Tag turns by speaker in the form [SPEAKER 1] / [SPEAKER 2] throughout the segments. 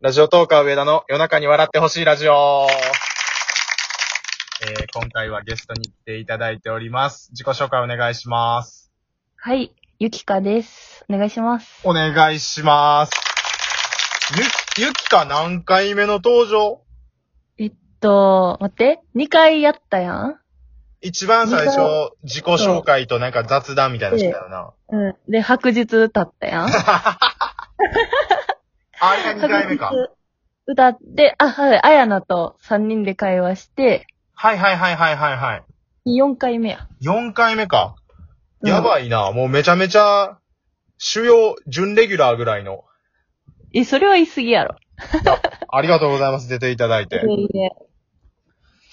[SPEAKER 1] ラジオトーカー上田の夜中に笑ってほしいラジオ。えー、今回はゲストに来ていただいております。自己紹介お願いします。
[SPEAKER 2] はい、ゆきかです。お願いします。
[SPEAKER 1] お願いします。ゆ、ゆきか何回目の登場
[SPEAKER 2] えっと、待って、2回やったやん
[SPEAKER 1] 一番最初、自己紹介となんか雑談みたいなのしてたよな。
[SPEAKER 2] うん。で、白日歌っ たやん
[SPEAKER 1] あれが2回目か。
[SPEAKER 2] 白日歌って、あ、はい、あやなと3人で会話して、
[SPEAKER 1] はいはいはいはいはいはい。
[SPEAKER 2] 4回目や。
[SPEAKER 1] 4回目か。や
[SPEAKER 2] い。
[SPEAKER 1] ばいな。もうめちゃめちゃ、主要、準レギュラーぐらいの。
[SPEAKER 2] え、それは言い過ぎやろ。
[SPEAKER 1] いやありがとうございます。出ていただいて。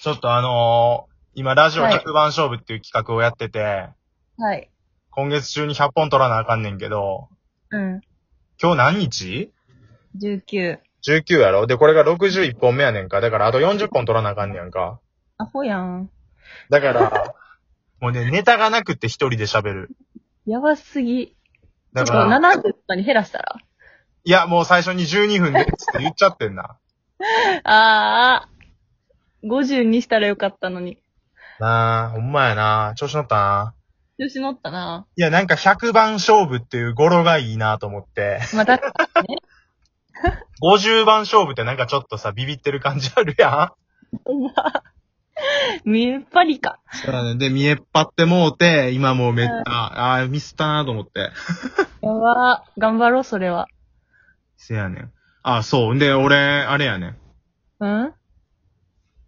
[SPEAKER 1] ちょっとあのー今、ラジオ
[SPEAKER 2] はい
[SPEAKER 1] 100番勝負っていう企画をやってて、
[SPEAKER 2] はい。
[SPEAKER 1] 今月中に100本取らなあかんねんけど、
[SPEAKER 2] うん。
[SPEAKER 1] 今日何日
[SPEAKER 2] 19。
[SPEAKER 1] ?19 やろで、これが61本目やねんか。だから、あと40本取らなあかんねやんか。
[SPEAKER 2] アホやん。
[SPEAKER 1] だから、もうね、ネタがなくて一人で喋る。
[SPEAKER 2] やばすぎ。ちょ
[SPEAKER 1] だ
[SPEAKER 2] っと
[SPEAKER 1] から、
[SPEAKER 2] 70とかに減らしたら。
[SPEAKER 1] いや、もう最初に12分ですって言っちゃってんな。
[SPEAKER 2] あー、50にしたらよかったのに。
[SPEAKER 1] なあ、ほんまやな。調子乗ったな。
[SPEAKER 2] 調子乗ったな。
[SPEAKER 1] いや、なんか100番勝負っていう語呂がいいなと思って。
[SPEAKER 2] まあ、だって
[SPEAKER 1] 50番勝負ってなんかちょっとさ、ビビってる感じあるや
[SPEAKER 2] 見えっぱりか。
[SPEAKER 1] ん。そうね。で、見えっぱってもうて、今もうめっちゃ、
[SPEAKER 2] うん
[SPEAKER 1] ああ、ミスったなと思って。
[SPEAKER 2] やばー。頑張ろう、それは。
[SPEAKER 1] せやねん。あそう。んで、俺、あれやねん。
[SPEAKER 2] うん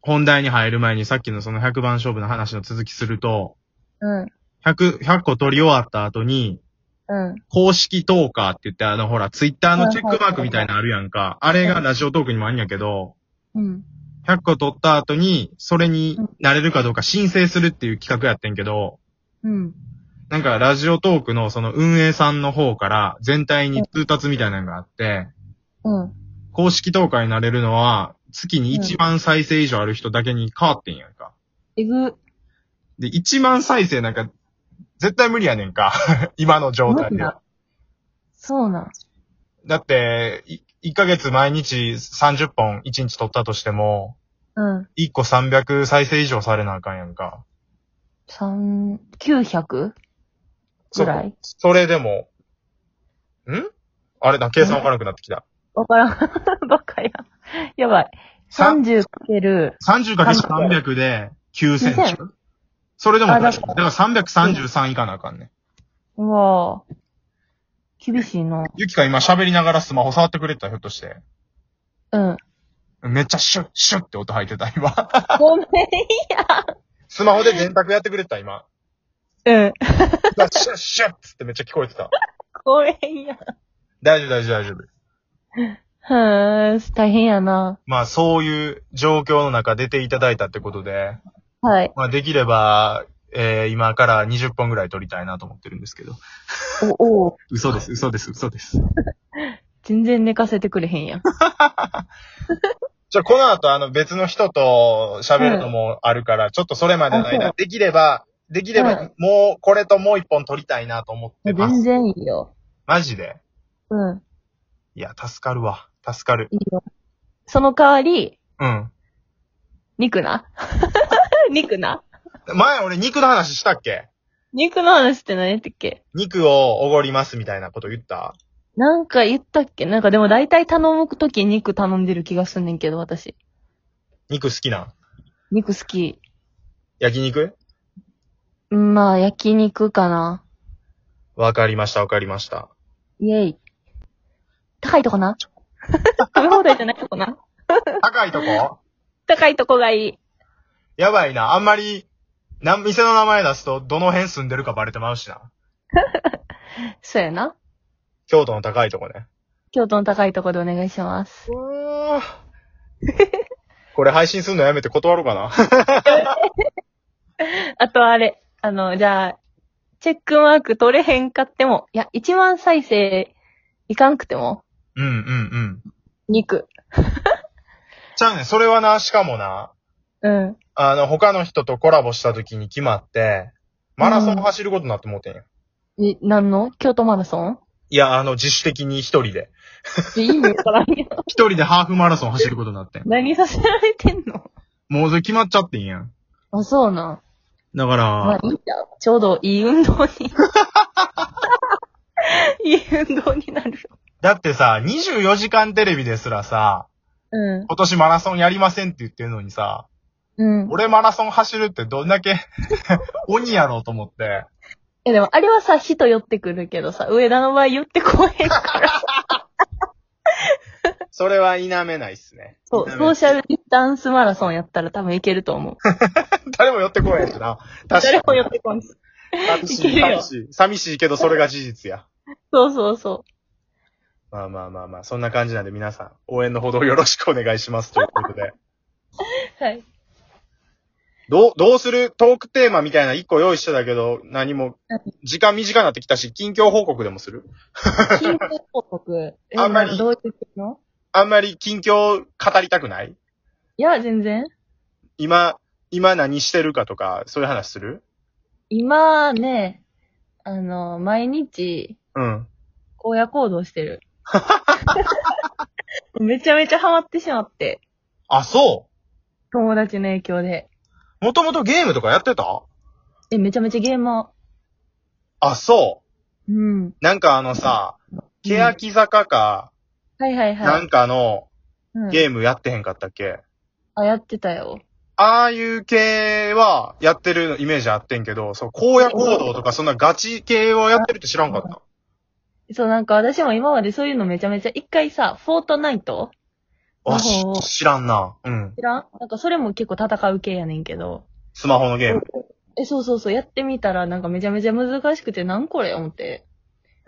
[SPEAKER 1] 本題に入る前にさっきのその100番勝負の話の続きすると、
[SPEAKER 2] うん。
[SPEAKER 1] 100、100個取り終わった後に、
[SPEAKER 2] うん。
[SPEAKER 1] 公式トーカーって言って、あの、ほら、ツイッターのチェックマークみたいなのあるやんか。あれがラジオトークにもあんやけど、
[SPEAKER 2] うん。
[SPEAKER 1] 100個取った後に、それになれるかどうか申請するっていう企画やってんけど、
[SPEAKER 2] うん。
[SPEAKER 1] なんかラジオトークのその運営さんの方から全体に通達みたいなのがあって、
[SPEAKER 2] うん。
[SPEAKER 1] 公式トーカーになれるのは、月に1万再生以上ある人だけに変わってんやんか。
[SPEAKER 2] えぐ。
[SPEAKER 1] で、1万再生なんか、絶対無理やねんか。 今の状態
[SPEAKER 2] 無理
[SPEAKER 1] では
[SPEAKER 2] だ。そうなん。
[SPEAKER 1] だって、1ヶ月毎日30本1日取ったとしても、
[SPEAKER 2] うん。
[SPEAKER 1] 1個300再生以上されなあかんやんか。
[SPEAKER 2] 三、九百ぐらい
[SPEAKER 1] それでも、んあれだ、計算わからなくなってきた。
[SPEAKER 2] わからん。 バカや。やばい。
[SPEAKER 1] 三
[SPEAKER 2] 三十かける。
[SPEAKER 1] 30×300 で9センチ
[SPEAKER 2] 2000。
[SPEAKER 1] それでも
[SPEAKER 2] あ
[SPEAKER 1] 確か
[SPEAKER 2] だ
[SPEAKER 1] に。だから333以下なあかんね。
[SPEAKER 2] うわぁ。厳しいな。
[SPEAKER 1] ゆきか今喋りながらスマホ触ってくれてた、ひょっとして。
[SPEAKER 2] うん。
[SPEAKER 1] めっちゃシュッ、シュッって音入ってた、今。
[SPEAKER 2] ごめん
[SPEAKER 1] スマホで電卓やってくれてた、今。
[SPEAKER 2] や。うん。
[SPEAKER 1] シュッ、シュッっつってめっちゃ聞こえてた。
[SPEAKER 2] ごめんや。
[SPEAKER 1] 大丈夫、大丈夫、大丈夫。
[SPEAKER 2] はーん、大変やな。
[SPEAKER 1] まあ、そういう状況の中出ていただいたってことで、
[SPEAKER 2] はい。
[SPEAKER 1] まあ、できれば、えー、今から20本ぐらい撮りたいなと思ってるんですけど。
[SPEAKER 2] お、お
[SPEAKER 1] 嘘です、嘘です、嘘です。
[SPEAKER 2] 全然寝かせてくれへんやん。
[SPEAKER 1] じゃあ、この後、あの、別の人と喋るのもあるから、ちょっとそれまでの
[SPEAKER 2] あそ
[SPEAKER 1] 間
[SPEAKER 2] う、
[SPEAKER 1] できれば、できれば、
[SPEAKER 2] うん
[SPEAKER 1] もう、これともう一本撮りたいなと思ってま
[SPEAKER 2] 全
[SPEAKER 1] す。
[SPEAKER 2] 然いいよ。
[SPEAKER 1] マジで。
[SPEAKER 2] うん。
[SPEAKER 1] いや、助かるわ。助かる。
[SPEAKER 2] いいよ。その代わり、
[SPEAKER 1] うん。
[SPEAKER 2] 肉な 肉な
[SPEAKER 1] 前、俺、肉の話したっけ
[SPEAKER 2] 肉の話って何やったっけ
[SPEAKER 1] 肉をおごりますみたいなこと言った
[SPEAKER 2] なんか言ったっけなんかでも大体頼むとき肉頼んでる気がすんねんけど、私。
[SPEAKER 1] 肉好きなん
[SPEAKER 2] 肉好き。
[SPEAKER 1] 焼肉
[SPEAKER 2] うんまあ、焼肉かな。
[SPEAKER 1] わかりました、わかりました。
[SPEAKER 2] イェイ。高いとこな食べ放題じゃないとこな。
[SPEAKER 1] 高いとこ
[SPEAKER 2] 高いとこがいい。
[SPEAKER 1] やばいな。あんまり、な、店の名前出すと、どの辺住んでるかバレてまうしな。
[SPEAKER 2] そうやな。
[SPEAKER 1] 京都の高いとこね。
[SPEAKER 2] 京都の高いとこでお願いします。
[SPEAKER 1] うーん これ配信するのやめて断ろうかな。
[SPEAKER 2] あとあれ、あの、じゃあ、チェックマーク取れへんかっても、いや、1万再生いかんくても、
[SPEAKER 1] うんうんうん。
[SPEAKER 2] 肉。
[SPEAKER 1] ちゃうねん、それはな、しかもな、
[SPEAKER 2] うん。
[SPEAKER 1] あの、他の人とコラボした時に決まって、マラソン走ることになってもうてんや。
[SPEAKER 2] え、なんの京都マラソン
[SPEAKER 1] いや、あの、自主的に一人で。
[SPEAKER 2] 意味わからんけど。
[SPEAKER 1] 一人でハーフマラソン走ることになってん。
[SPEAKER 2] 何させられてんの
[SPEAKER 1] もうそれ決まっちゃってんやん。
[SPEAKER 2] あ、そうなん。
[SPEAKER 1] だから、
[SPEAKER 2] まあいいんだ。ちょうどいい運 動に。いい運動になるよ。
[SPEAKER 1] だってさ、24時間テレビですらさ、
[SPEAKER 2] うん。
[SPEAKER 1] 今年マラソンやりませんって言ってるのにさ、
[SPEAKER 2] うん。
[SPEAKER 1] 俺マラソン走るってどんだけ 鬼やろうと思って。
[SPEAKER 2] え、でも、あれはさ、人寄ってくるけどさ、上田の場合寄ってこへん から。
[SPEAKER 1] それは否めないっすね。
[SPEAKER 2] そう、ソーシャルディスタンスマラソンやったら多分いけると思う。
[SPEAKER 1] 誰も寄ってこへんしな。
[SPEAKER 2] 誰も寄ってこんし。
[SPEAKER 1] 寂し
[SPEAKER 2] いけ
[SPEAKER 1] い、
[SPEAKER 2] る
[SPEAKER 1] 寂
[SPEAKER 2] よ
[SPEAKER 1] しい。寂しいけどそれが事実や。
[SPEAKER 2] そうそうそ
[SPEAKER 1] まあまあまあまあ、そんな感じなんで皆さん、応援のほどよろしくお願いしますということで。
[SPEAKER 2] う。はい。
[SPEAKER 1] どう、どうするトークテーマみたいな一個用意してたけど、何も
[SPEAKER 2] うん、
[SPEAKER 1] 時間短くなってきたし、近況報告でもする
[SPEAKER 2] 近況報告。え
[SPEAKER 1] あんまり
[SPEAKER 2] どういうの
[SPEAKER 1] あんまり近況語りたくない
[SPEAKER 2] いや、全然。
[SPEAKER 1] 今、今何してるかとか、そういう話する
[SPEAKER 2] 今ね、あの、毎日、
[SPEAKER 1] うん。
[SPEAKER 2] 荒野行動してる。 めちゃめちゃハマってしまって。
[SPEAKER 1] あ、そ
[SPEAKER 2] 友達の影響で。
[SPEAKER 1] うもともとゲームとかやってた
[SPEAKER 2] え、めちゃめちゃゲーマ
[SPEAKER 1] あ、そ
[SPEAKER 2] ー。うん。
[SPEAKER 1] う。なんかあのさ、欅坂か、
[SPEAKER 2] はいはいは
[SPEAKER 1] ないんかの。
[SPEAKER 2] うん
[SPEAKER 1] ゲームやってへんかったっけ
[SPEAKER 2] あ、やってたよ。
[SPEAKER 1] ああいう系はやってるイメージあってんけど、そう、荒野行動とかそんなガチ系をやってるって知らんかった。
[SPEAKER 2] そう、なんか私も今までそういうのめちゃめちゃ、一回さ、フォートナイト
[SPEAKER 1] あ、
[SPEAKER 2] スマホを
[SPEAKER 1] し知らんな。うん。
[SPEAKER 2] 知らんなんかそれも結構戦う系やねんけど。
[SPEAKER 1] スマホのゲーム。
[SPEAKER 2] え、そうそうそう、やってみたらなんかめちゃめちゃ難しくて、なんこれ思って。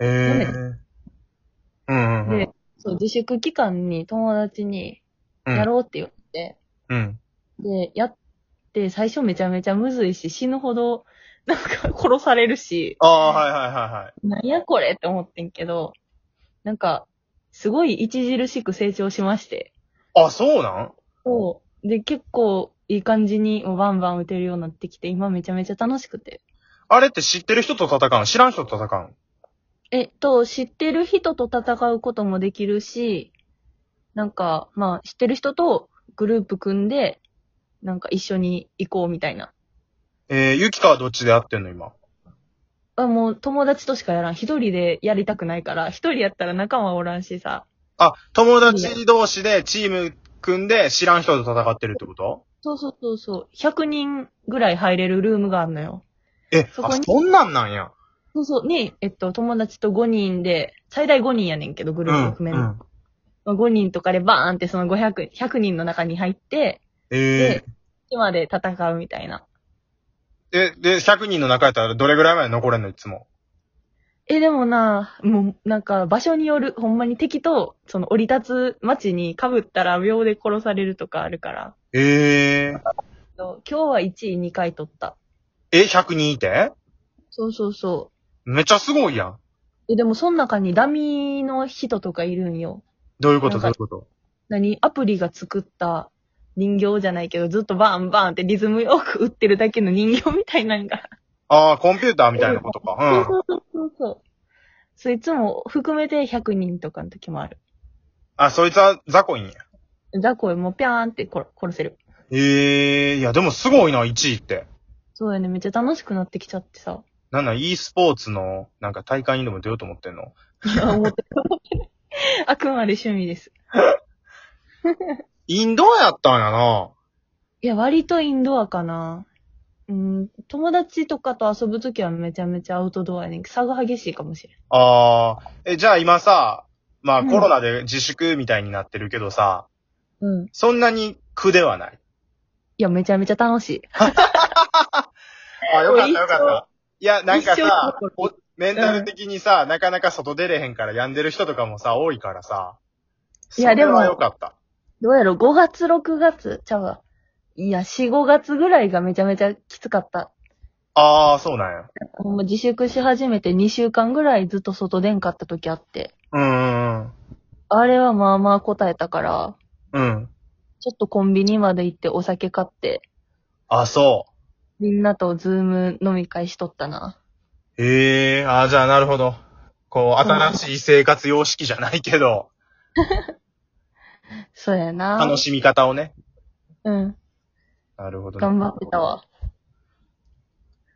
[SPEAKER 1] へえー。うんうんうん
[SPEAKER 2] で。、そう、自粛期間に友達に、
[SPEAKER 1] うん
[SPEAKER 2] やろうって言って、
[SPEAKER 1] うん。
[SPEAKER 2] で、やって、最初めちゃめちゃむずいし、死ぬほど、なんか 殺されるし、
[SPEAKER 1] ああ、はいはいはいはい。
[SPEAKER 2] なんやこれって思ってんけど、なんか、すごい著しく成長しまして。
[SPEAKER 1] あ、そうなん
[SPEAKER 2] そう。で、結構いい感じにもうバンバン打てるようになってきて、今めちゃめちゃ楽しくて。
[SPEAKER 1] あれって知ってる人と戦うん知らん人と戦うん
[SPEAKER 2] えっと、知ってる人と戦うこともできるし、なんか、まあ、知ってる人とグループ組んで、なんか一緒に行こうみたいな。
[SPEAKER 1] えー、ゆきかはどっちでやってんの今。
[SPEAKER 2] あもう友達としかやらん。一人でやりたくないから、一人やったら仲間おらんしさ。
[SPEAKER 1] あ、友達同士でチーム組んで知らん人と戦ってるってこと
[SPEAKER 2] そうそうそうそう。100人ぐらい入れるルームがあるのよ。
[SPEAKER 1] え、
[SPEAKER 2] そ
[SPEAKER 1] あ、
[SPEAKER 2] こに
[SPEAKER 1] そんなんなんや。
[SPEAKER 2] そうそう。に、えっと、友達と5人で、最大5人やねんけど、グ
[SPEAKER 1] う
[SPEAKER 2] ループを
[SPEAKER 1] ん。
[SPEAKER 2] 組め
[SPEAKER 1] う
[SPEAKER 2] る。
[SPEAKER 1] ん。
[SPEAKER 2] まあ5人とかでバーンってその500、100人の中に入って、
[SPEAKER 1] え
[SPEAKER 2] 今で戦うみたいな。
[SPEAKER 1] ー、で、で、100人の中やったらどれぐらいまで残れんのいつも。
[SPEAKER 2] え、でもな、もう、なんか、場所による、ほんまに敵と、その、降り立つ街に被ったら秒で殺されるとかあるから。
[SPEAKER 1] えー、
[SPEAKER 2] そう今日は1位2回取った。
[SPEAKER 1] え、100人いて
[SPEAKER 2] そうそうそ
[SPEAKER 1] めっちゃすごいやん。
[SPEAKER 2] う。え、でも、その中にダミーの人とかいるんよ。
[SPEAKER 1] どういうことどう
[SPEAKER 2] ないん
[SPEAKER 1] うこと
[SPEAKER 2] 何アプリが作った人形じゃないけど、ずっとバンバンってリズムよく打ってるだけの人形みたいなんが。
[SPEAKER 1] ああ、コンピューターみたいなことか。うん。
[SPEAKER 2] そうそうそうそう。そう、いつも含めて100人とかの時もある。
[SPEAKER 1] あ、そいつは雑魚いんや。
[SPEAKER 2] ザコイもぴゃーんって殺殺せる。
[SPEAKER 1] ええー、いやでもすごいな、1位って。
[SPEAKER 2] そうやね、めっちゃ楽しくなってきちゃってさ。
[SPEAKER 1] なんなん、e スポーツの、なんか大会にでも出ようと思ってんの
[SPEAKER 2] いや、思って る。あくまで趣味です。
[SPEAKER 1] インドアやったんやな。
[SPEAKER 2] いや、割とインドアかな。うん、友達とかと遊ぶときはめちゃめちゃアウトドアやねんけど。差が激しいかもしれん。
[SPEAKER 1] あー、え、じゃあ今さ、まあ
[SPEAKER 2] うん
[SPEAKER 1] コロナで自粛みたいになってるけどさ、
[SPEAKER 2] うん。い
[SPEAKER 1] そんなに苦ではない。
[SPEAKER 2] や、めちゃめちゃ楽しい。
[SPEAKER 1] あ、よかった
[SPEAKER 2] 一緒
[SPEAKER 1] よかった。いや、なんか
[SPEAKER 2] 一緒一
[SPEAKER 1] さ
[SPEAKER 2] 緒、
[SPEAKER 1] おメンタル的にさ、なかなか外出れへんから病んでる人とかもさ、多いからさ。
[SPEAKER 2] いやでも
[SPEAKER 1] それはよかった。
[SPEAKER 2] どうやろ ?5 月、6月ちゃうわ。いや、4、5月ぐらいがめちゃめちゃきつかった。
[SPEAKER 1] あー、そうなんや。
[SPEAKER 2] ほんま自粛し始めて2週間ぐらいずっと外出んかった時あって。
[SPEAKER 1] うんうん
[SPEAKER 2] あれはまあまあ答えたから、
[SPEAKER 1] うん。うん。
[SPEAKER 2] ちょっとコンビニまで行ってお酒買って、
[SPEAKER 1] あ、そう。
[SPEAKER 2] みんなとズーム飲み会しとったな。
[SPEAKER 1] ええああ、じゃあなるほど。こう、新しい生活様式じゃないけど、
[SPEAKER 2] そうやな。
[SPEAKER 1] 楽しみ方をね。
[SPEAKER 2] うん。
[SPEAKER 1] なるほど、ね。
[SPEAKER 2] 頑張ってたわ。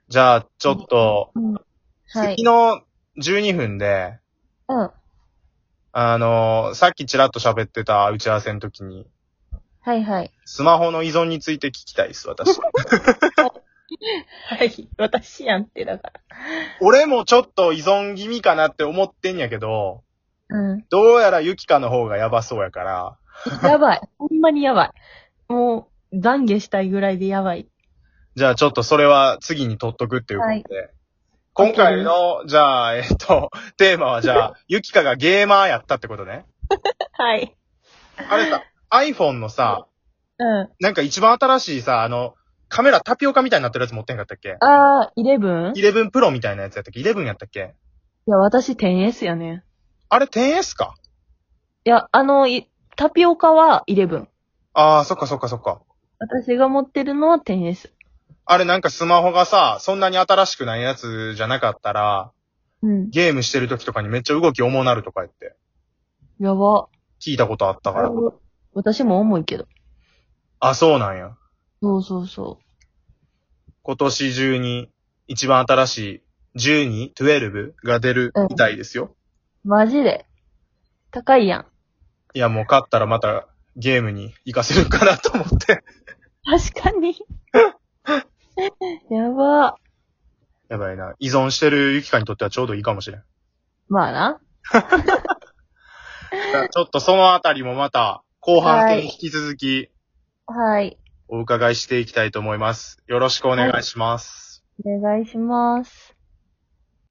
[SPEAKER 1] じゃあ、ちょっと、
[SPEAKER 2] うん。はい
[SPEAKER 1] 次。の12分で、
[SPEAKER 2] うん。
[SPEAKER 1] あの、さっきちらっと喋ってた打ち合わせの時に、
[SPEAKER 2] はいはい。
[SPEAKER 1] スマホの依存について聞きたいです、私。
[SPEAKER 2] はい。私やんって、だか
[SPEAKER 1] 俺もちょっと依存気味かなって思ってんやけど、
[SPEAKER 2] ら。うん。
[SPEAKER 1] どうやらユキカの方がやばそうやから、
[SPEAKER 2] やばい。ほんまにやばい。もう、懺悔したいぐらいでやばい。
[SPEAKER 1] じゃあちょっとそれは次に取っとくっていうことで。
[SPEAKER 2] はい
[SPEAKER 1] 今回の、じゃあ、えっと、 テーマはじ ゃあ、ユキカがゲーマーやったってことね。
[SPEAKER 2] はい。
[SPEAKER 1] あれさ、iPhone のさ、
[SPEAKER 2] うん。
[SPEAKER 1] なんか一番新しいさ、あの、カメラタピオカみたいになってるやつ持ってんかったっけ
[SPEAKER 2] あー、11? い
[SPEAKER 1] ?11 Pro みたいなやつやったっけ ?11 やったっけ
[SPEAKER 2] や、私 10S やね。
[SPEAKER 1] あれ 10S か
[SPEAKER 2] いや、あの、いタピオカは11。
[SPEAKER 1] ああ、そっかそっかそっか。
[SPEAKER 2] 私が持ってるのは 10S。
[SPEAKER 1] あれなんかスマホがさ、そんなに新しくないやつじゃなかったら、
[SPEAKER 2] うん。
[SPEAKER 1] ゲームしてる時とかにめっちゃ動き重なるとか言って、
[SPEAKER 2] やば。
[SPEAKER 1] 聞いたことあったから。
[SPEAKER 2] 私も重いけど。
[SPEAKER 1] あ、そうなんや。
[SPEAKER 2] そうそうそ
[SPEAKER 1] 今年中に一番新しい 12?12? が出るみたいですよ。
[SPEAKER 2] う。マジで。高いやん。
[SPEAKER 1] いや、もう勝ったらまたゲームに活かせるかなと思って。
[SPEAKER 2] 確かに。 やば。
[SPEAKER 1] やばいな。依存してるユキカにとってはちょうどいいかもしれん。
[SPEAKER 2] まあな。
[SPEAKER 1] だからちょっとそのあたりもまた後半戦引き続き
[SPEAKER 2] はい。
[SPEAKER 1] お伺いしていきたいと思います。よろしくお願いします。
[SPEAKER 2] お願いします。